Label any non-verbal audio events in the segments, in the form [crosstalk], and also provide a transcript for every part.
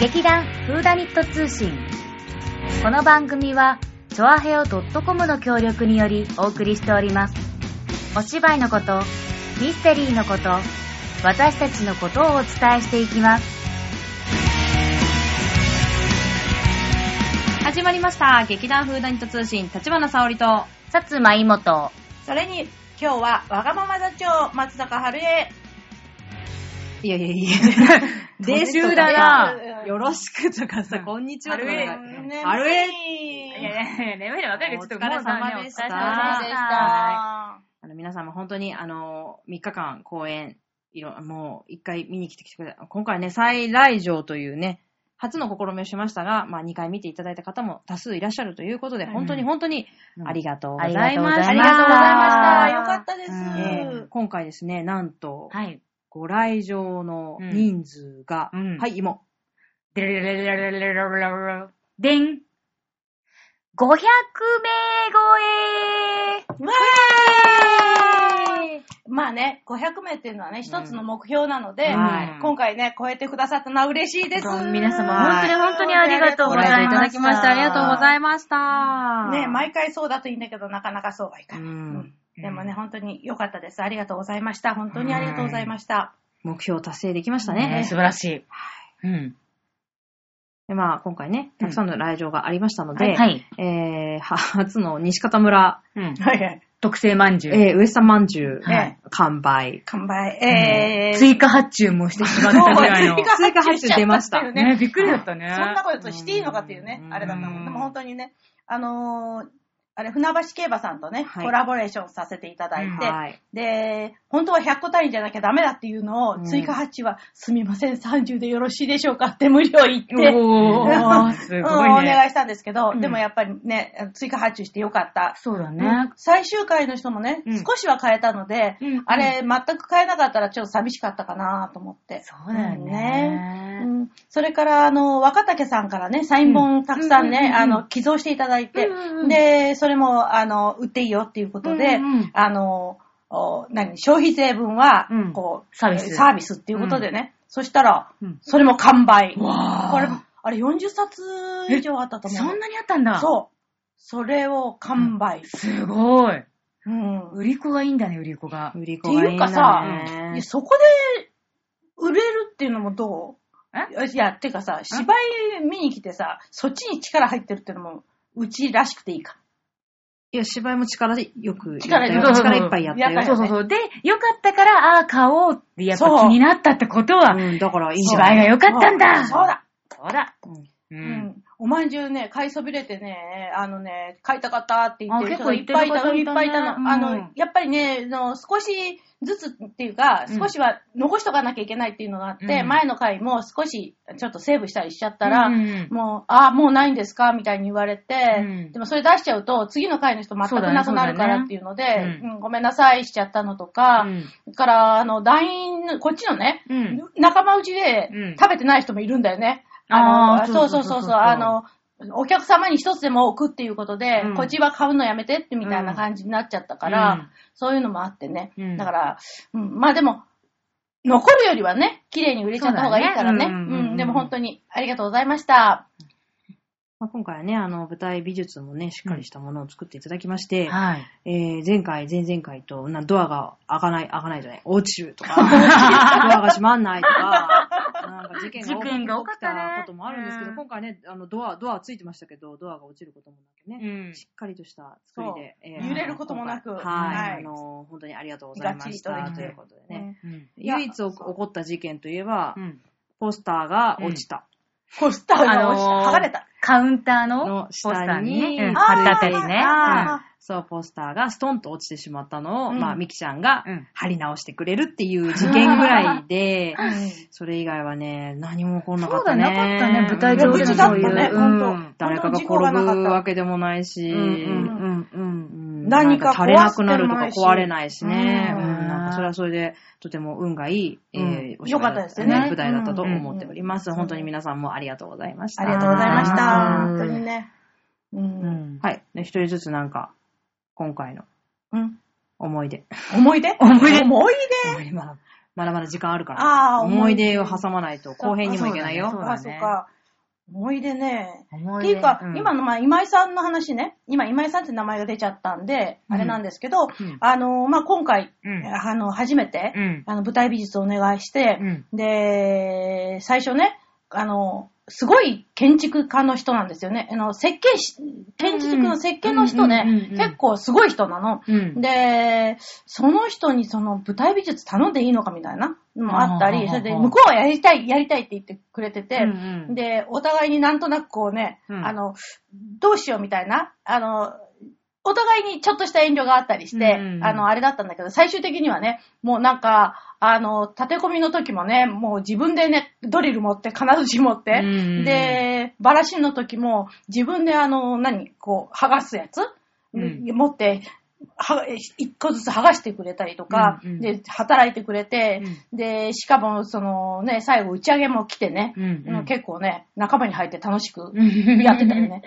劇団フーダニット通信この番組はチョアヘオ .com の協力によりお送りしておりますお芝居のことミステリーのこと私たちのことをお伝えしていきます始まりました。劇団フーダニット通信、立花沙織と。薩摩妹それに、今日はわがまま座長、松坂春江。いやいやいや。でで、しシゅュうーだだがが、よろしくとかさ、こんにちはとか。ね春江いやいや、レベル分かるけど、ちょっとお疲れ様でしたお疲れ様でしあの、皆さんも本当に、あの、3日間公演、いろ、もう、一回見に来てください。今回ね、再来場というね、初の試みをしましたが、まあ、2回見ていただいた方も多数いらっしゃるということで、うん本当に本当にうんありがとうごあざりがというごまざいまし。したたありあがとうございました。よかったです。うえー今回ですね、なんと、はい。ご来場の人数が、うんうんはい、芋。でれれれれれれれれれでん。500名超うわえーまあね、500名っていうのはね、一つの目標なので、うんはい今回ね、超えてくださったのは嬉しいです。皆様本当に本当にありがとうごござ来い場ましいたただきましてありがとうございました。ね、毎回そうだといいんだけど、なかなかそうはいかない。ううんんでもね、本当に良かったです。ありがとうございました。本当にありがとうございました。目標達成できましたねね。素晴らしい。うん。でまあ、今回ね、たくさんの来場がありましたので、はい。えー、は [laughs] 初の西方村、うん。はいはい。特製まんじゅう。えー、ウエスタンまんじゅう、はい完売。乾杯。えー、追加発注もしてしまったぐらいの。そう追加発注出ました。ねね、びっくりだったね。そんなことしていいのかっていうねう、んあれだったもうんん。でも本当にね、あのーあれ、船橋競馬さんとね、はいコラボレーションさせていただいて、うんはい。で、本当は100個単位じゃなきゃダメだっていうのを、追加発注は、すみません、30でよろしいでしょうかって無理を言って、うんおー、すおごいね。願いしたんですけど、うんでもやっぱりね、追加発注してよかった。そうだうんね。最終回の人もね、うん少しは変えたので、うんあれ、全く変えなかったらちょっと寂しかったかなと思って。そうだようね。ん、それから、あの、若竹さんからね、サイン本をたくさんね、うんうんうんうんあの、寄贈していただいて、うんうんうんで、それも、あの、売っていいよっていうことで、うんうんあの、お何、消費税分はうん、こう、サービスサービスっていうことでね、そしたら、うんそれも完売。わーこれ、あれ40冊以上あったと思う。そんなにあったんだ。そう。それを完売。すごい。うん売り子がいいんだね、売り子が。売りって子がいいいうなかさ、いやね。そこで売れるっていうのもどういや、てかさ、芝居見に来てさ、そっちに力入ってるっていうのも、うちらしくていいか。いや、芝居も力よくやった力よ、よく力いっぱいやったやよっ。たそうよそうそう。で、よかったから、ああ、買おうって、やっぱそ気うになったってことは、うん、だからいいんじゃな芝居いが良かったんだそうだ、そうだうんう。うんおまんじゅうね、買いそびれてね、あのね、買いたかったって言ってる人あがい結っ構ぱ言いっているた方の、いいっっぱぱいいいいたたねの。うんあの、やっぱりね、あの少しずつっていうか、うん少しは残しとかなきゃいけないっていうのがあって、うん前の回も少しちょっとセーブしたりしちゃったら、うんうんうんもう、ああ、もうないんですかみたいに言われて、うんでもそれ出しちゃうと、次の回の人全くなくなるからっていうので、そうだねそうだねうんごめんなさいしちゃったのとか、だから、あの、団員の、こっちのね、うん仲間内でうん食べてない人もいるんだよね。ああーの、そうそうそうそうあの、お客様に一つでも置くっていうことで、うんこっちは買うのやめてってみたいな感じになっちゃったから、うんそういうのもあってね。うんだから、うんまあでも、残るよりはね、綺麗に売れちゃった方がいいからね。そうだねうんうんうんうん、でも本当にありがとうございました。まあ、今回はね、あの、舞台美術もね、しっかりしたものを作っていただきまして、はい。えー、前回、前々回と、なドアが開かない、開かないじゃない、落ちるとか、ドアが閉まんないとか、なんか事件が事件が多かったね起きこともあるんですけど、うん今回ね、あの、ドア、ドアついてましたけど、ドアが落ちることもなくね、んしっかりとした作りで、え揺れることもなくはい、はいあの、本当にありがとうございました。がっちりとできとていうことでね。うん。いや唯一起こった事件といえば、うんポスターが落ちた。ポスターが落ちあのーた。剥がれた。カウンターののポスタ下ーにに、ね、うんあー貼ってあったりね。あーそう、ポスターがストンと落ちてしまったのを、うんまあ、ミキちゃんがうん貼り直してくれるっていう事件ぐらいで、それ以外はね、何も起こんなかったね。そうだなかったね舞台上でのそういう無事だったねうん本当誰かが本当事故が転なかったぶわけでもないし、うんうんうんうん何かなん垂れなくなるとか壊してもな壊いしれないしね。ううんんなんかそれはそれで、とても運がいい、えーお芝居だよかったですよね舞台だったと思っております。本当に皆さんもありがとうございました。ありがとうございましたう。ん本当にね。うう。んん。はい。で一人ずつなんか、今回のうん思い出。思い出思い出思い思い出まだまだまだ時間あるから。ああ、思い出を挟まないと後編にもいけないよ。そうだねあ、そうか。思い出ね。っ思いて出いうか、ん今の、まあ、今井さんの話ね、今、今井さんって名前が出ちゃったんで、うんあれなんですけど、うんあの、まあ、今回、うんあの、初めて、うん。あの、舞台美術をお願いして、うんで、最初ね、あの、すごい建築家の人なんですよね。あの、設計し、建築の設計の人ね、うんうんうんうん結構すごい人なの。うん。で、その人にその舞台美術頼んでいいのかみたいなのもあったうんり、それでうん向こうはやりたい、やりたいって言ってくれてうて、んうんで、お互いになんとなくこうね、うんあの、どうしようみたいな、あの、お互いにちょっとした遠慮があったりして、うんうんあの、あれだったんだけど、最終的にはね、もうなんか、あの、立て込みの時もね、もう自分でね、ドリル持って、金槌持って、うんうんで、バラシの時も、自分であの、何、こう、剥がすやつ、うん持って、は一個ずつ剥がしてくれたりとか、うんうんで、働いてくれて、で、しかも、そのね、最後打ち上げも来てね、うんうんうん結構ね、仲間に入って楽しうくんやってたよね。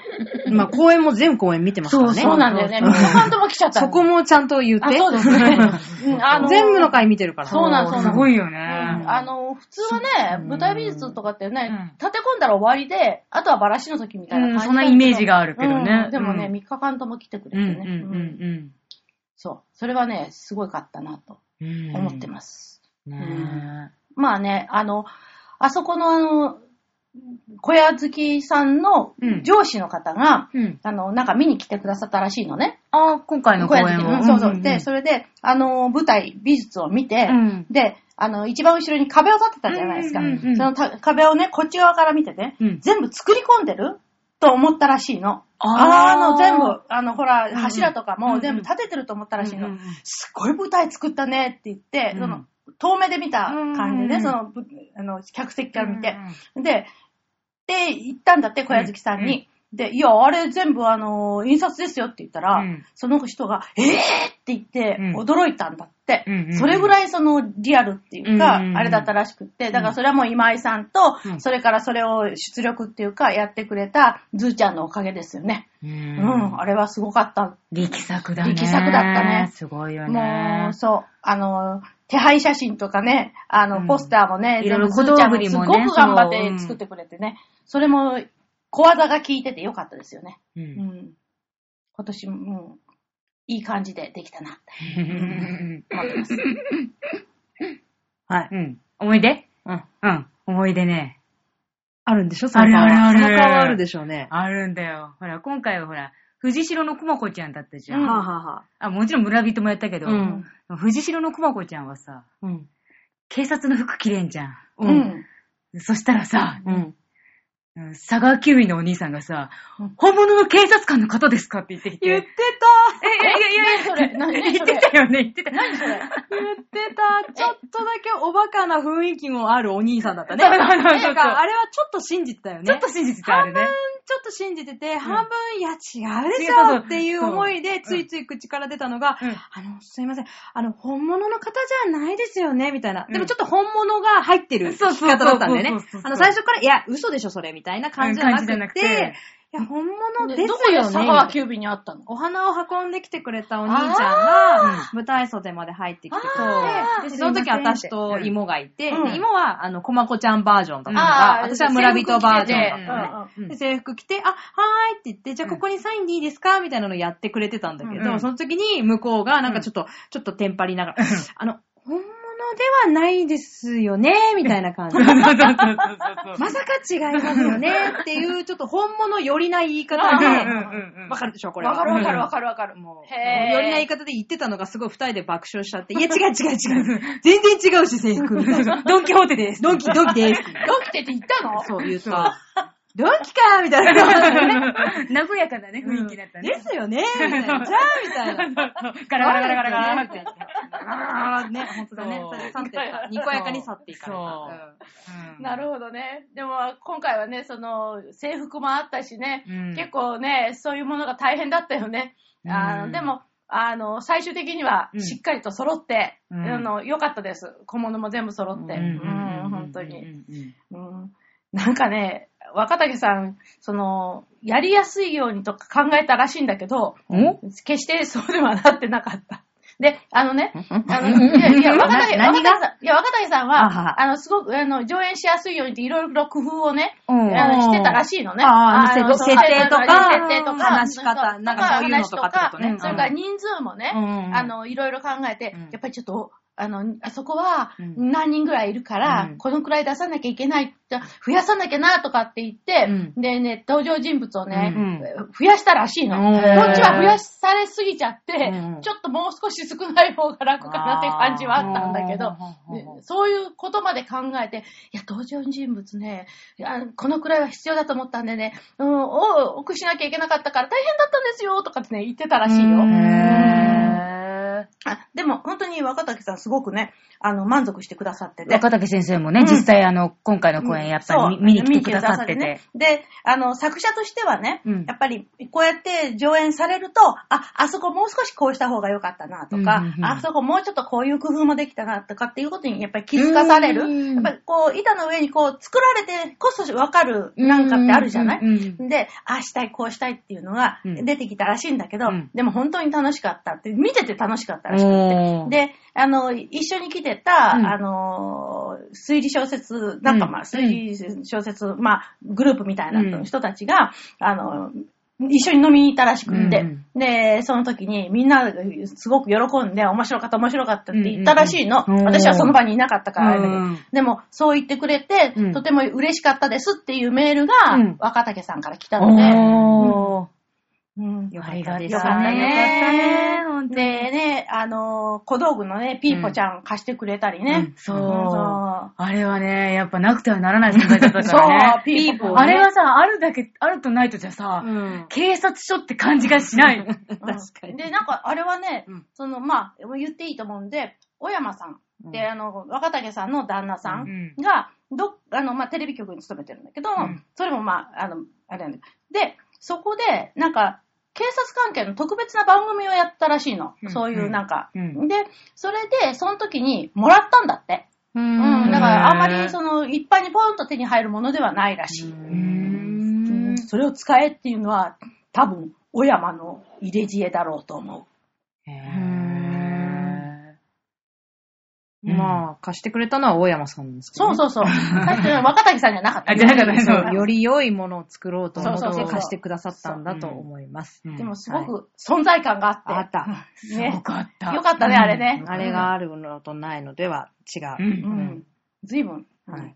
まあ、公演も全公演見てますからね。そうなんだよね。うみんんなとも来ちゃったその。こもちゃんと言っあ、て。そうです [laughs] ね。うんあの全部の回見てるから。そうなんそうなんすごいようね。んあの、普通はね、舞台美術とかってね、うん立て込んだら終わりで、あとはバラシの時みたいなう感ん、じ、そんなイメージがあるけどうねん。でもね、う3日間とも来てくれてん、うん、ね、うんうん、そう。それはね、すごいかったなとうん。思ってます。ねまあね、あの、あそこのあの、小屋好きさんのうん上司の方が、え。うん。あの、なんか見に来てくださったらしいのね。ああ、今回の公演小屋好きうんを。そうそう。んで、それで、あの、舞台、美術を見て、うん。で、あの、一番後ろに壁を立てたじゃないですか。うんうんうんうんそのた壁をね、こっち側から見てね、うん全部作り込んでると思ったらしいの。あーあの、全部、あの、ほら、ん柱とかうんうもん全部立ててると思ったらしいの。うんうんうんすっごい舞台作ったねって言って、うんその、遠目で見た感うじでね、んその、ぶあの、客席から見てう。んで、で、行ったんだって、小屋月さんに。で、いや、あれ全部あの、印刷ですよって言ったら、うんその人が、えぇ、ー、って言ってうん、驚いたんだって、うんうんうんそれぐらいその、リアルっていうか、うんうんうんあれだったらしくって、だからそれはもう今井さんと、うんそれからそれを出力っていうか、やってくれた、ずーちゃんのおかげですよね。う。うんん、あれはすごかった。力作だね。力作だったねすごいよもねう、。そう、あの、手配写真とかね、あうの、んポスターもね、いろいろ全部ずーちゃん小道具がにすもごねく頑張っそのうてん作ってくれてね、それも、小技が効いててよかったですよね。ううんん。今年も、うんいい感じでできたなってうん思ってます。はい。うん。思い出うん。うん。思い出ね。あるんでしょその顔あるは。あそるのある顔はあるでしょうね。あるんだよ。ほら、今回はほら、藤代のくまこちゃんだったじゃうんん。はあはあはあ。あ、もちろん村人もやったけど、うん藤代のくまこちゃんはさ、うん。警察の服着れんじゃん。う。ん。そしたらさ、うん。うん佐川急便のお兄さんがさうん、本物の警察官の方ですかって言ってきて。言ってえ、たいやいやいや、何それ何 [laughs] 言そっれてたよね、言ってた。何それ言って [laughs] た。ちょっとだけおバカな雰囲気もあるお兄さんだったね。そうそうそうそうなんかあれはちょっと信じてたよね。ちょっと信じてた、あ半れ分ね。ちょっと信じてて、半分、いや、違うでし違うそうょそうっていう思いで、つそういつい口から出たのが、うんあの、すいません、あの、本物の方じゃないですよね、みたいな。うんでもちょっと本物が入ってる聞そうきそうそう方だったんでそうねそうそう。そうあの、最初から、いや、嘘でしょ、それ、みたいな感じじゃなうんくて、、いや、本物ででどこすでよ佐川ね。急便にあったのお花を運んできてくれたお兄ちゃんが、舞台袖まで入ってきてあくーれて、でその時すいませんって私と芋がいて、うんで芋は、あの、こまこちゃんバージョンだったのが、あー私は村人バージョンだったのね。うんで、制服着て、あ、はーいって言って、じゃあここにサインでいいですかみたいなのやってくれてたんだけど、うんその時に向こうがなんかちょっと、ちょっとテンパりながら、あの、本物ではないですよねみたいな感じ。 [laughs] そうそうそうそうそう。まさか違いますよねっていう、ちょっと本物寄りない言い方うんでう、んうんうんわかるでしょこれはわかるわかるわかるわかる。もう、へー寄りない言い方で言ってたのがすごい二人で爆笑しちゃって、いや違う違う違う。全然違うし制服。ドンキホーテです。ドンキ、ドンキです。ドキテって言った [laughs] のそう言った。ドンキかみたいな感じでね。和やかなね、雰囲気だったね。ですよねみたいな。じゃあみたいな。ガラガラガラガラガラってやって。あーね、本当だね。そうそれで去ってった。にこやかに去っていかれた。なるほどね。でも、今回はね、その、制服もあったしね、うん結構ね、そういうものが大変だったよね。あうのんでも、あの、最終的にはうんしっかりと揃って、うんあの、良かったです。小物も全部揃って。うううんん、んうんうんうん本当に、うんうんうん。なんかね、若竹さん、その、やりやすいようにとか考えたらしいんだけど、お決してそうではなってなかった。で、あのね、あの、うんいや、いや、若 [laughs] 谷、な若何が谷さん、いや、若谷さんあはは、はあの、すごく、あの、上演しやすいようにっていろいろ工夫をね、うんあの、してたらしいのね。あーあの設そう定設定とか設定とか、話し方なんかそういうのとかってことね話それから人数もね、うんあの、いろいろ考えてうん、やっぱりちょっと、あの、あそこはうん何人ぐらいいるから、うんこのくらい出さなきゃいけない、増やさなきゃなとかって言って、うでね、登場人物をね、うん増やしたらしいの。うんこっちは増やされすぎちゃって、うんちょっともう少し少ない方が楽かなって感じはあったんだけど、ねそういうことまで考えて、いや、登場人物ね、あこのくらいは必要だと思ったんでね、うん、多くしなきゃいけなかったから大変だったんですよ、とかってね、言ってたらしいよ。うんへあでも、本当に若竹さんすごくね、あの、満足してくださってーて。若竹先生もね、うん実際あの、今回の公演やっぱり見見に来てくださってて。ねで、あの、作者としてはね、うんやっぱりこうやって上演されると、あ、あそこもう少しこうした方が良かったなとか、うんうんうんあそこもうちょっとこういう工夫もできたなとかっていうことにやっぱり気づかされうる。んやっぱりこう、板の上にこう作られてこそわかるなんかってあるじゃない、うんうんうんで、ああしたい、こうしたいっていうのがうん出てきたらしいんだけど、うんでも本当に楽しかったって、見てて楽しかったらしくておーで、あの、一緒に来てた、うんあの、推理小説仲間、うん推理小説、まあ、グループみたいなの人たちが、あの、一緒に飲みに行ったらしくって、うんで、その時にみんなすごく喜んで、面白かった面白かったって言ったらしいの。うんうんうん私はその場にいなかったからあれだけど、うんでも、そう言ってくれて、うんとても嬉しかったですっていうメールが、うん若竹さんから来たので、おー。うんよあかりっがたたでいすよかったねほんとでに。ね、あのー小道具のね、ピーポちゃん貸してくれたりうんね。そうそあれはね、やっぱなくてはならない存在だったう。からね。ピーポあれはさ、あるだけ、あるとないとじゃさ、うん警察署って感じがしない。確かにで、なんか、あれはね、うんその、まあ、言っていいと思うんで、小山さんって、うんあの、若竹さんの旦那さうんんが、どっ、あの、まあ、テレビ局に勤めてるんだけど、うんそれもまあ、あの、あれなんだけどで、そこで、なんか、警察関係の特別な番組をやったらしいの。うんそういう、なんか、うんで、それで、その時に、もらったんだって。うん、だからあんまりその一般にポンと手に入るものではないらしい。うーうんん。それを使えっていうのは多分、小山の入れ知恵だろうと思へうんまあ、貸してくれたのは大山さんですう。けどそねうそうそう。だって若竹さんじゃなかった、あじゃなかったねそうより良いものを作ろうと思そうっそうてそう貸してくださったんだと思います。ーでもすごく存在感があって。あった。ねよかった。よかったね、あれね。あれがあるのとないのでは違う。う。うんん。ずいぶん。はうんい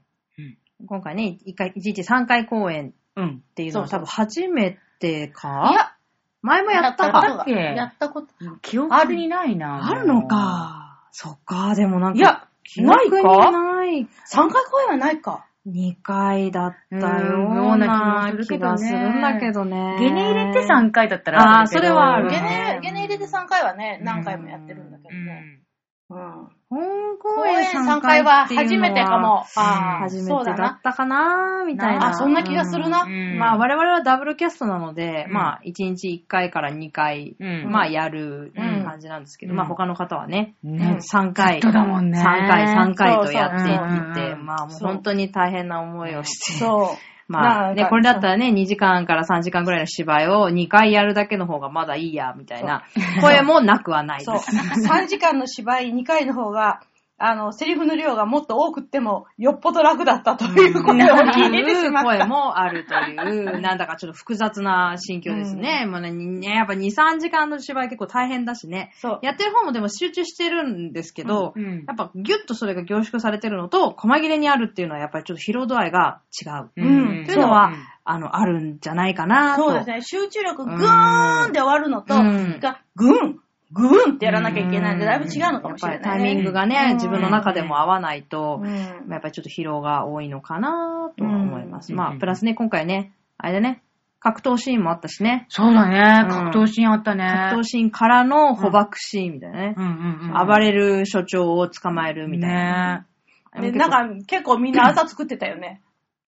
今回ね、一回、一日3回公演うん。っていうのはそう多そう分初めていかや、前もやったかやったこといえやったこと。記憶にないな。あるの。か。そっか、でもなんか。いや、記憶ないにかない。三回公演はないか。 2回だったうんよよううなな気気ががすするるんんだだけけどね。ゲネ入れって3回だったらあーるけどそれはあるゲネね、ゲネ入れで3回はね、何回もやってるんだけどね。うん。本公公演演3回3回はは初初めめててかかも。も。うんああ、初めそうてだだなっ。たかなみたいな。あ、そんな気がするな。ううんん。まあ我々はダブルキャストなので、うんまあ1日1回から2回、うんまあやるうん感じなんですけど、うんまあ他の方はね、ね3回、ずっとだもんね3回、3回とやっていそうそうて、うんまあもう本当に大変な思いをして、そう。まなあ、んかね、これだったらね、2時間から3時間ぐらいの芝居を2回やるだけの方がまだいいや、みたいな声もなくはないそう。です。 3時間の芝居2回の方が、あの、セリフの量がもっと多くっても、よっぽど楽だったという声を聞いてしまっ声た。もあるという、なんだかちょっと複雑な心境ですね。もうねねやっぱ2、3時間の芝居結構大変だしね。そう。やってる方もでも集中してるんですけど、うんうんやっぱギュッとそれが凝縮されてるのと、細切れにあるっていうのはやっぱりちょっと疲労度合いが違う。ううんん。というのは、んあの、あるんじゃないかなと。そうですね。集中力、ぐーんで終わるのと、うんが、ぐん、ぐーんってやらなきゃいけないんで、だいぶ違うのかもしれやっぱないりタイミね。ングがね、うん自分の中でも合わないと、うんまあやっぱりちょっと疲労が多いのかなとは思います。うんまあ、プラスね、今回ね、あれだね、格闘シーンもあったしね、そうだね。うん格闘シーンあったね。格闘シーンからの捕獲シーンみたいなねう、んうんうん。暴れる所長を捕まえるみたいな。ねあれで、も結構なんか、結構みんな朝作ってたよね。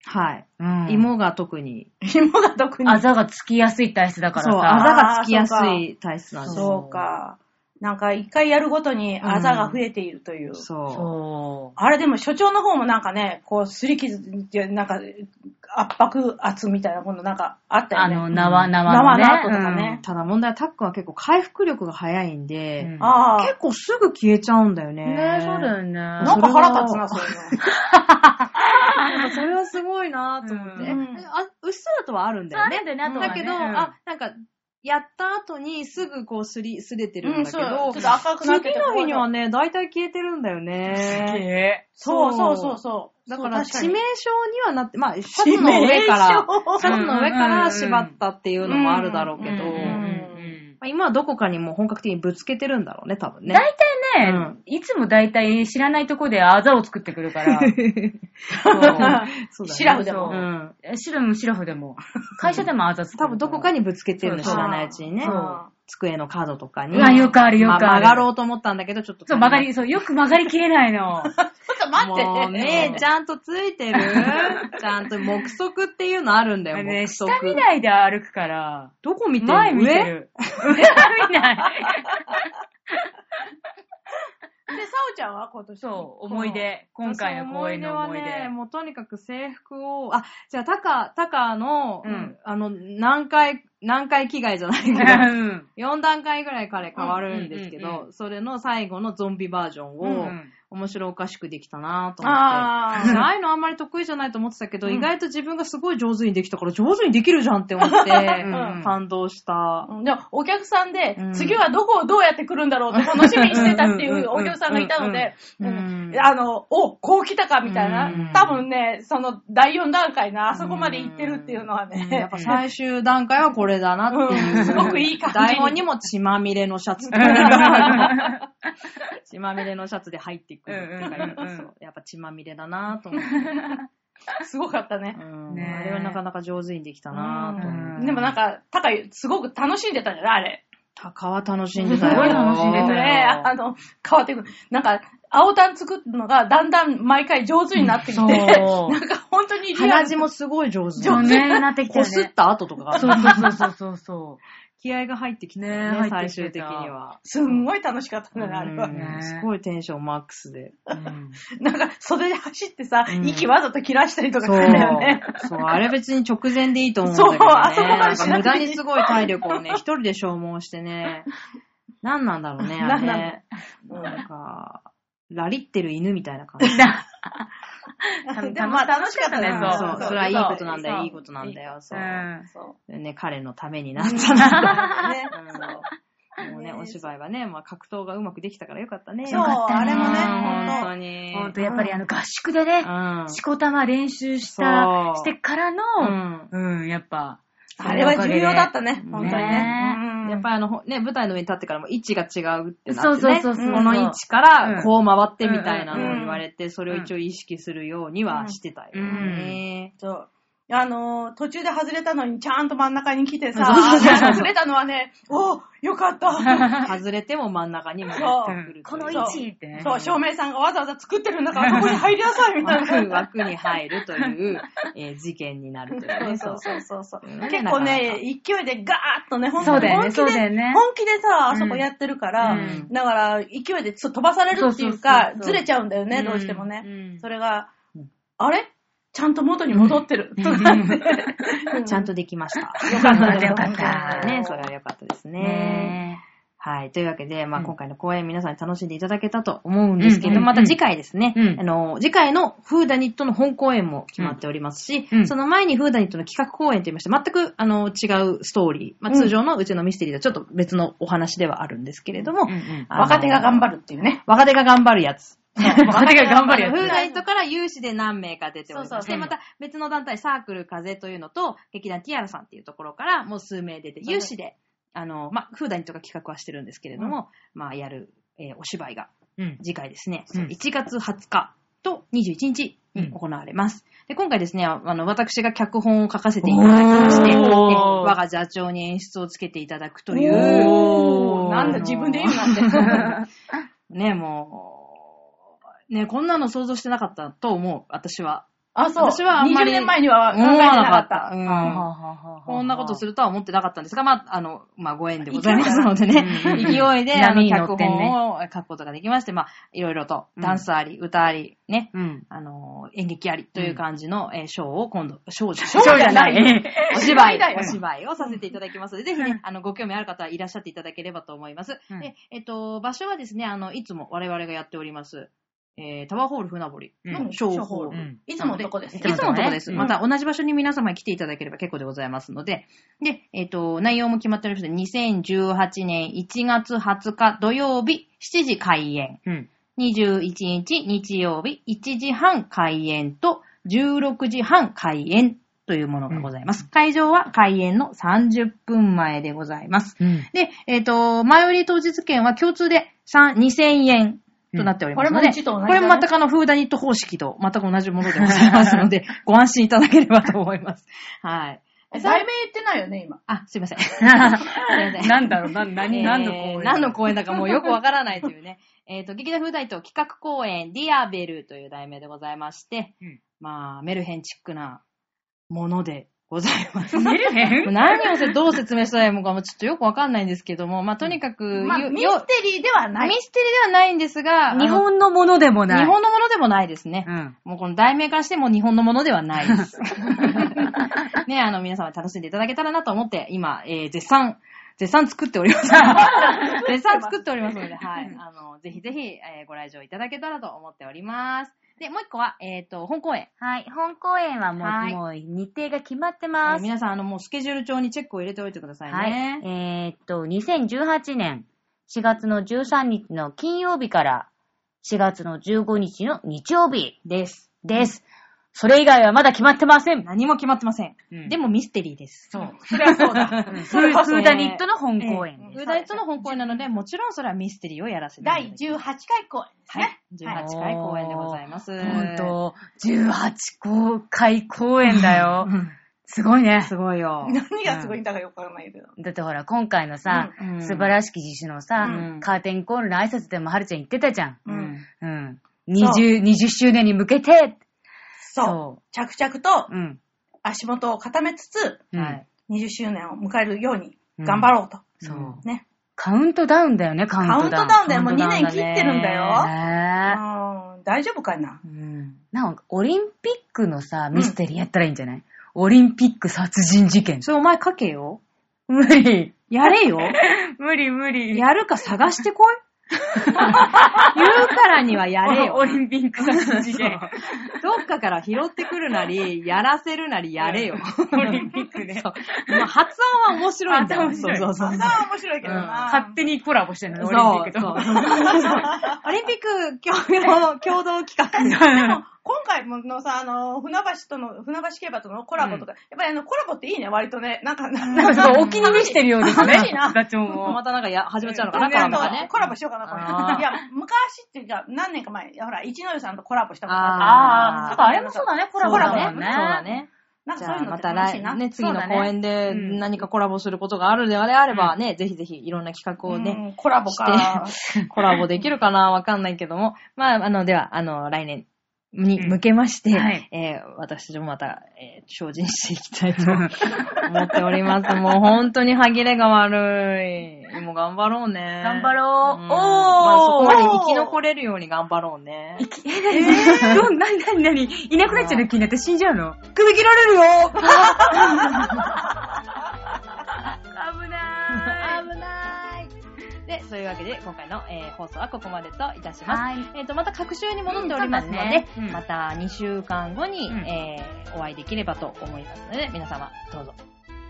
はい。うん。芋が特に、紐が特に。あざがつきやすい体質だからそう、さ。あざがつきやすあーそうかい体質なんですよ。そうか。なんか一回やるごとにあざが増えているという。そう。そあれでも所長の方もなんかね、こう、すり傷、なんか、圧迫圧みたいなことなんかあったう。よあね。の、縄、縄の縄ね。の後とかね。ただ問題はタックは結構回復力が早いんうで、ん。あああ。結構すぐ消えちゃうんだよね。ねそうだよね。のなんか腹立つな、そういうの。なんかそれはすごいなと思って。うんえあうっすらとはあるんだよね。だよね、あとはねだけうど、んあ、なんか、やった後にすぐこうすり、すれてるうんん、だそけう。ちょど、っと赤くなってて次の日にはね、大体消えてるんだよね。そうそうそうそう。だから、そ致う命傷にはなって、まあ、シャツの上から、シャツの上から縛ったっていうのもあるだろうけど、うんうんまあ今はどこかにもう本格的にぶつけてるんだろうね、多 [laughs] 分ね。大体ね、うんいつも大体知らないとこであざを作ってくる [laughs] から、そうだねシラフでもう。ん。シラフ、シラフでも、会社でもあざ作る。多分どこかに。にぶつけてるの知そうらないうちにねそう。机の角とかに。うわ、よくあるよくまある。曲がろうと思ったんだけど、ちょっと。そう、曲がり、そう、よく曲がりきれないの。ちょっと待って。もうね、ちゃんとついてるちゃんと目測っていうのあるんだよ、ね、目下測。見ないで歩くから、どこ見てる前見てる。上見ない。で、さおちゃんは今 [laughs] 年。そう、思い。出。今回の公演の思い私はね、出。もうとにかく制服を、あ、じゃあ、タカ、タカの、うんあの、何回、何回着替えじゃないけど、うん4段階ぐらい彼変わるんですけうんうんうど、それの最後のゾンビバージョンを、うん面白おかしくできたなと思って。あああ。あいうのあんまり得意じゃないと思ってたけど、うん意外と自分がすごい上手にできたから、上手にできるじゃんって思って、ん感動した。でも、お客さんでうん、次はどこをどうやって来るんだろうって楽しみにしてたってうんうんいううんお客さんがいたので、うんうんうんあの、お、こう来たかみたいうんうんな。多分ね、その第4段階のあそこまで行ってるっていうのうはんやっねぱ、最終段階はこれだなっていう。 [laughs] うんすごくいい感じに台 [laughs] 本にも血まみれのシャツ。 [laughs] 血まみれのシャツで入っていく。うんうんうんうんそうやっぱ血まみれだなと思って。すごかったね。うんねえあれはなかなか上手にできたなと思って。うんでもなんか、高カすごく楽しんでたんじゃないあれ。高は楽しんでたすごい楽しんでたよねあの、変わってくる。なんか、青タン作るのがだんだん毎回上手になってきて、そうなんか [laughs] 本当にリア鼻血ル。もすごい上手そうね、なってきたこよすっね。た後とかそうそうそうそうそう。気合が入ってきてねね入、って最きて終た的には。すんごい楽しかったんだね、あれは。うねんすごいテンションマックスで。うん [laughs] なんか、袖で走ってさう、ん息わざと切らしたりとかそすうるんだよね。。そう、あれ別に直前でいいと思うんだけど、ね。そうあそこまでしななんくかて無駄いいにすごい体力をね、一人で消耗してね。何なんだろうね、あ何れなのね。うんなんか、ラリってる犬みたいな感 [laughs] じ。でもまあ [laughs] 楽しかったね、楽しかったねそう、それはいいことなんだそよ、ういいことなんだよ、そうう。んそう。ね、彼のためになった [laughs] な。ねうんもうね、お芝居はね、まあ格闘がうまくできたからよかったね。そう、よかったあねれもね、本当本に。ほんと、やっぱりあの、合宿でね、うん。しこたま練習しそた、うしてからの、うんうん、やっぱ。当。あれは重要だったね、本当にねね。うんやっぱりあの、ほね、舞台の上に立ってからも位置が違うってなって、そね、うそうそうそうこの位置かうらんこう回ってみたいなのを言われて、それを一応意識するようにはしてたよね。そう。あのー途中で外れたのに、ちゃんと真ん中に来てさ、そうそうそう外れたのはね、おーよかった。 [laughs] 外れても真ん中に回ってくるという。この位置ってね。そう、照明さんがわざわざ作ってるんだから、 [laughs] ここに入りなさい、みたい枠な。枠に入るという、えー事件になるというね。そうそうそうそう。うん結構ね、勢いでガーッとね、本当そうにだよ本ね、気で、そうだよね。本気でさ、あそこやってるから、うんだから、勢いでそう飛ばされるってそいうか、うそうそうそうずれちゃうんだよね、どうしてもね。ねそれが、あれちゃんと元に戻ってる。とかって。うちゃんとできました。よかったよかったね、それは良かったですね。ねはい。というわけで、まあ、うん今回の公演皆さんに楽しんでいただけたと思うんですけうど、んまた次回ですね、うんあの、次回のフーダニットの本公演も決まっておりますし、うんその前にフーダニットの企画公演といいまして、全く、あの、違うストーリー、まあ、うん通常のうちのミステリーとはちょっと別のお話ではあるんですけれども、うんうんあの若手が頑張るっていうね。若手が頑張るやつ。 [laughs] 若手が頑張るやつフーダイトから有志で何名か出ておりそうまそしうて、また別の団体サークル風というのと、劇団ティアラさんっていうところからもう数名出て、そう有志で、あの、まあ、フーダイトが企画はしてるんですけれども、まあ、やる、えーお芝居がうん。次回ですね、うん1月20日と21日に行われます。で、今回ですね、ああの、私が脚本を書かせていただきまして、おーで我が座長に演出をつけていただくという、おーなんだ、あの自分で言うなんて。ね、もう、ね、こんなの想像してなかったと思う、私は。 [laughs] あ、そう。私はあんまり20年前には考えて思わななかかっったた。。ううん。こんなことするとは思ってなかったんですが、まあ、あの、まあ、ご縁でございますのでね、うん [laughs] 勢いで、あの、波に乗脚ってんね本を書くことができまして、まあ、いろいろと、ダンスあり、歌あり、ね、うん。あの、演劇ありという感じの、えーショーを今度、ショーじゃそうじゃないい。 [laughs] お芝芝居だ居、よお芝居をさせていただきますので、ぜひね、あの、ご興味ある方はいらっしゃっていただければと思います。うんで、えっと、場所はですね、あの、いつも我々がやっております、えー、タワーホール船堀うのんショーホール。うんいつものとこです。いいつものつともこのとこで。ですす。また同じ場所に皆様に来ていただければ結構でございますので。で、えっ、と、内容も決まっておりまして、2018年1月20日土曜日7時開演。うん。 21日日曜日1時半開演と16時半開演というものがございます。会場は開演の30分前でございます。うん。で、えっ、と、前売り当日券は共通で3 2000円となっておりますので、うんこれもうちと同じだねこれも全くあの、フーダニット方式と全く同じものでございますの [laughs] で、ご安心いただければと思います。はい。題名言ってないよね、今。あ、すいません。 [laughs] すいません。なんだろう、な、何、何のえ公ー演何の公演だかもうよくわからないという [laughs] ね。えっと、劇団風大と企画公演、ディアベルという題名でございまして、うんまあ、メルヘンチックなものでござい [laughs] ます。見るへん何をせどう説明したらいいのかもちょっとよくわかんないんですけども、まあ、とにかく、まあ、よミよステリーではないミ。ステリーではないんですが、日本のものでもあのない。日本のものでもないですね。うん。もうこの題名からしても日本のものではないです。ね、あの皆様楽しんでいただけたらなと思って、今、えー絶賛、絶賛作っております。絶賛作っておりますので、はい。あの、ぜひぜひ、えーご来場いただけたらと思っております。で、もう一個は、えっ、と、本公演。はい。本公演はもう、はいもう日程が決まってえーます。皆さん、あの、もうスケジュール帳にチェックを入れておいてくださいはい。ね。えーっと、2018年4月の13日の金曜日から4月の15日の日曜日です。です。それ以外はまだ決まってません。何も決まってません。うんでもミステリーです。そう。それはそうだ。 [laughs] うんフーこそフーダニットの本公演です。ウダイツの本公演なので、もちろんそれはミステリーをやらせていただ第き18回公演ですね。はい。18回公演でございます。本 [laughs] 当18公開公演だよ。すごいね。すごいよ。 [laughs] 何がすごいんだかよくわかんないけど。だってほら、今回のさ、うん素晴らしき自主のさ、うんカーテンコールの挨拶でもはるちゃん言ってたじゃん。ううんん。うん。20、20周年に向けて、そう。着々とうん。足元を固めつつ、うんはい。 20周年を迎えるように頑張ろうと。そう。うんね。カウントダウンだよね、カウンカウトントダウン。ダウンだよ。もうカウントダウ2ンだね年切ってるんだよ。ねえうん大丈夫かなうん。なんか、オリンピックのさ、ミステリーやったらいいんじゃない、オリンピック殺人事件。それお前書けよ。無理。やれよ。無理無理やるか探してこい。言うからにはやれよ。オリンピック殺人事 [laughs] 件。どっかから拾ってくるなり、やらせるなりやれよ。オリンピックね。そうまあ発案は面白いんだよ。発案面白いそうそうそうそんな面白いけどうんな。勝手にコラボしてるのそうね、オリンピックそうと。オリンピック共同共同企画。でも、今回ものさ、あの、船橋との、船橋競馬とのコラボとか、やっぱりあの、コラボっていいね、割とね。な [laughs] んか、ななんかすごいお気に召してるよ [laughs] うです楽しねいな。ガチョウまも。たなんかや始まっちゃうのかなんな、コかラボがね。コラボしようかな、こあれ。ーいや、昔っていうか、何年か前、ほら、一ノ湯さんとコラボしたこあとーああるあ、あれもそうだね、コラボだもコラんボね。そうだ。ね。なんじかゃあそういうのまってた楽しい来な。ね、次そうのだね公演でうん何かコラボすることがあるのであればね、ぜひぜひいろんな企画をね、うんコラボか。コラボできるかなわかんないけども、まあ、あの、では、あの、来年に向けまして、うんはいえー私たちもまた、えー精進していきたいと思っております。もう本当に歯切れが悪い。もう頑張ろうね。頑張うろんう。まあそこまで生き残れるように頑張ろうね。えどん、 [laughs] なになになにいなくなっちゃう気になって死んじゃうの首切られ [laughs] るよ危な危ないで、そういうわけで、今回の、えー放送はここまでといたします。はい。えっ、と、また各週に戻っておりますので、うん多分ねうんまた2週間後に、うんえーお会いできればと思いますので、皆様、どうぞ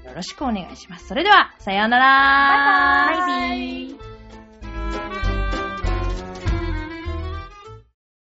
よろしくお願いします。それでは、さようならバイビー。